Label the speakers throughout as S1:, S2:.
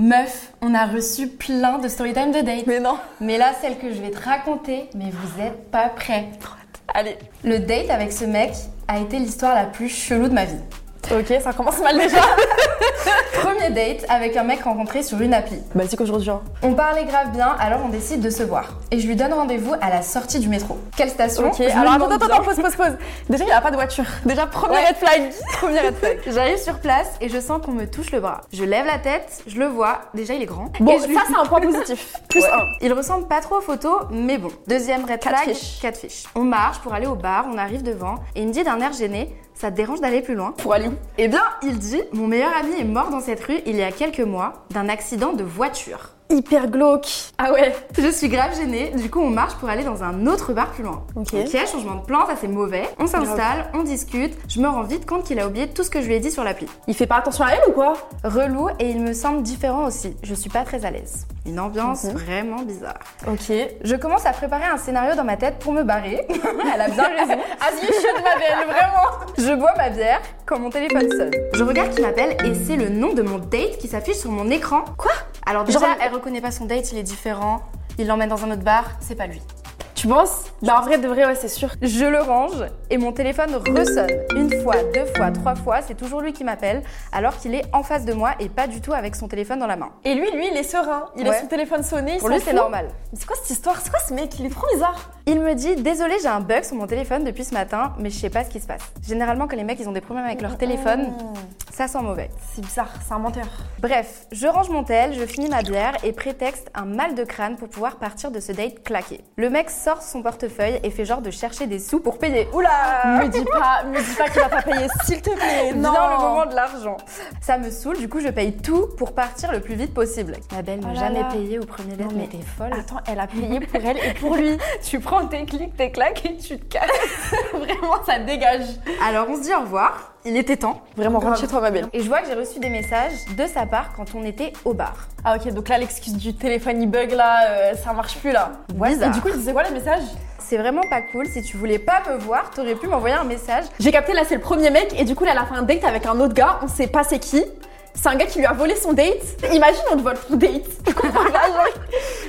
S1: Meuf, on a reçu plein de storytime de date.
S2: Mais non.
S1: Mais là, celle que je vais te raconter, mais vous êtes pas prêts.
S2: Allez,
S1: Le date avec ce mec a été l'histoire la plus chelou de ma vie.
S2: ok, ça commence mal déjà.
S1: Premier date avec un mec rencontré sur une appli.
S2: bah c'est qu'aujourd'hui, hein.
S1: On parlait grave bien, alors on décide de se voir. Et je lui donne rendez-vous à la sortie du métro. Quelle station
S2: Ok,
S1: Je me
S2: alors attends,
S1: demande
S2: attends,
S1: bien.
S2: attends, pause, pause, pause. Déjà, il a pas de voiture. Déjà, premier red flag. premier red flag.
S1: J'arrive sur place et je sens qu'on me touche le bras. Je lève la tête, je le vois, déjà il est grand.
S2: Bon,
S1: Et je lui-
S2: ça, c'est un point positif. Plus
S1: Ouais.
S2: un.
S1: Il ressemble pas trop aux photos, mais bon. Deuxième red flag,
S2: Catfish.
S1: catfish. On marche pour aller au bar, on arrive devant, et il me dit d'un air gêné, ça te dérange d'aller plus loin
S2: Pour aller où
S1: Eh bien, il dit, mon meilleur ami est mort dans cette rue il y a quelques mois d'un accident de voiture.
S2: Hyper glauque. Ah ouais.
S1: Je suis grave gênée, du coup on marche pour aller dans un autre bar plus loin.
S2: Ok.
S1: changement de plan, ça c'est mauvais. On s'installe, on discute, je me rends vite compte qu'il a oublié tout ce que je lui ai dit sur l'appli.
S2: Il fait pas attention à elle ou quoi
S1: Relou et il me semble différent aussi, je suis pas très à l'aise. Une
S2: Mhm.
S1: ambiance vraiment bizarre.
S2: Ok.
S1: Je commence à préparer un scénario dans ma tête pour me barrer. Elle a bien raison. As you should, ma belle, vraiment. Je bois ma bière quand mon téléphone sonne. Je regarde qui m'appelle et c'est le nom de mon date qui s'affiche sur mon écran. Quoi Alors déjà,
S2: Genre-
S1: elle reconnaît pas son date, il est différent. Il l'emmène dans un autre bar, c'est pas lui.
S2: Tu penses Bah en vrai, de vrai, ouais, c'est sûr.
S1: Je le range et mon téléphone ressonne. Une fois, deux fois, trois fois, c'est toujours lui qui m'appelle alors qu'il est en face de moi et pas du tout avec son téléphone dans la main.
S2: Et lui, lui, il est serein. Il
S1: Ouais.
S2: a son téléphone sonné. il
S1: Pour
S2: s'en
S1: lui, c'est
S2: fout.
S1: normal.
S2: Mais c'est quoi cette histoire C'est quoi ce mec Il est trop bizarre.
S1: Il me dit Désolé, j'ai un bug sur mon téléphone depuis ce matin, mais je sais pas ce qui se passe. Généralement, quand les mecs ils ont des problèmes avec leur téléphone, ça sent mauvais.
S2: Hmm, C'est bizarre, c'est un menteur.
S1: Bref, je range mon tel, je finis ma bière et prétexte un mal de crâne pour pouvoir partir de ce date claqué. Le mec sort son portefeuille et fait genre de chercher des sous pour payer.
S2: Oula Me dis pas, me dis pas qu'il va pas payer, s'il te plaît.
S1: Bien le moment de l'argent. Ça me saoule, du coup je paye tout pour partir le plus vite possible. Ma belle
S2: Oh
S1: n'a
S2: là
S1: jamais
S2: là.
S1: payé au premier date,
S2: Non,
S1: mais
S2: mais-
S1: t'es folle.
S2: Attends, elle a payé pour elle et pour lui. tu prends tes clics, tes claques et tu te casses. Vraiment, ça dégage.
S1: ah, Alors on se dit au revoir, il était temps.
S2: Vraiment, rentre
S1: Grave.
S2: chez toi, ma belle.
S1: Et je vois que j'ai reçu des messages de sa part quand on était au bar.
S2: Ah, ok, donc là, l'excuse du téléphone, il bug là, euh, ça marche plus là.
S1: Bizarre.
S2: Et du coup, il disait quoi le message
S1: C'est vraiment pas cool, si tu voulais pas me voir, t'aurais pu m'envoyer un message.
S2: J'ai capté, là, c'est le premier mec et du coup, là, elle a fait un date avec un autre gars, on sait pas c'est qui. C'est un gars qui lui a volé son date. Imagine, on te vole ton date. Tu comprends pas, genre.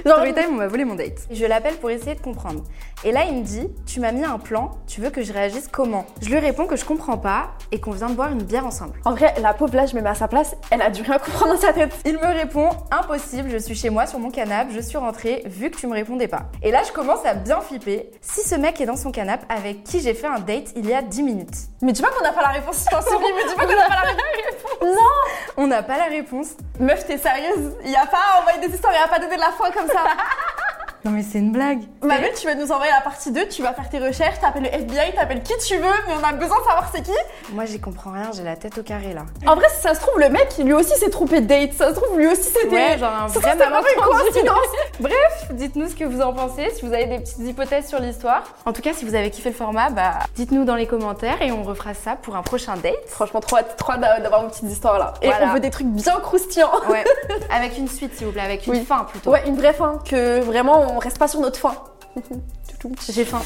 S1: Dans
S2: Genre,
S1: le time, on m'a volé mon date. Je l'appelle pour essayer de comprendre. Et là, il me dit Tu m'as mis un plan, tu veux que je réagisse comment Je lui réponds que je comprends pas et qu'on vient de boire une bière ensemble.
S2: En vrai, la pauvre, là, je me mets à sa place, elle a dû rien comprendre dans sa tête.
S1: Il me répond Impossible, je suis chez moi sur mon canapé, je suis rentrée vu que tu me répondais pas. Et là, je commence à bien flipper. Si ce mec est dans son canapé avec qui j'ai fait un date il y a 10 minutes
S2: Mais tu vois qu'on n'a pas la réponse, je t'en souviens, mais tu vois qu'on n'a pas la réponse. Non
S1: On n'a pas la réponse.
S2: Meuf, t'es sérieuse Il n'y a pas à envoyer des histoires, il n'y a pas donné de la fin comme ça.
S1: Non, mais c'est une blague.
S2: Ma belle, tu vas nous envoyer la partie 2, tu vas faire tes recherches, t'appelles le FBI, t'appelles qui tu veux, mais on a besoin de savoir c'est qui.
S1: Moi, j'y comprends rien, j'ai la tête au carré là.
S2: En vrai, si ça se trouve, le mec, lui aussi s'est trompé de date, ça se trouve, lui aussi c'était...
S1: Ouais, genre un
S2: Ça se trouve,
S1: vrai
S2: c'était vraiment une
S1: malentendu.
S2: coïncidence.
S1: Bref, dites-nous ce que vous en pensez, si vous avez des petites hypothèses sur l'histoire. En tout cas, si vous avez kiffé le format, bah, dites-nous dans les commentaires et on refera ça pour un prochain date.
S2: Franchement, trop hâte, trop hâte d'a- d'avoir une petite histoire là. Et
S1: Voilà.
S2: on veut des trucs bien croustillants.
S1: Ouais, avec une suite s'il vous plaît, avec une
S2: Oui.
S1: fin plutôt.
S2: Ouais, une vraie fin, que vraiment on reste pas sur notre fin.
S1: J'ai faim.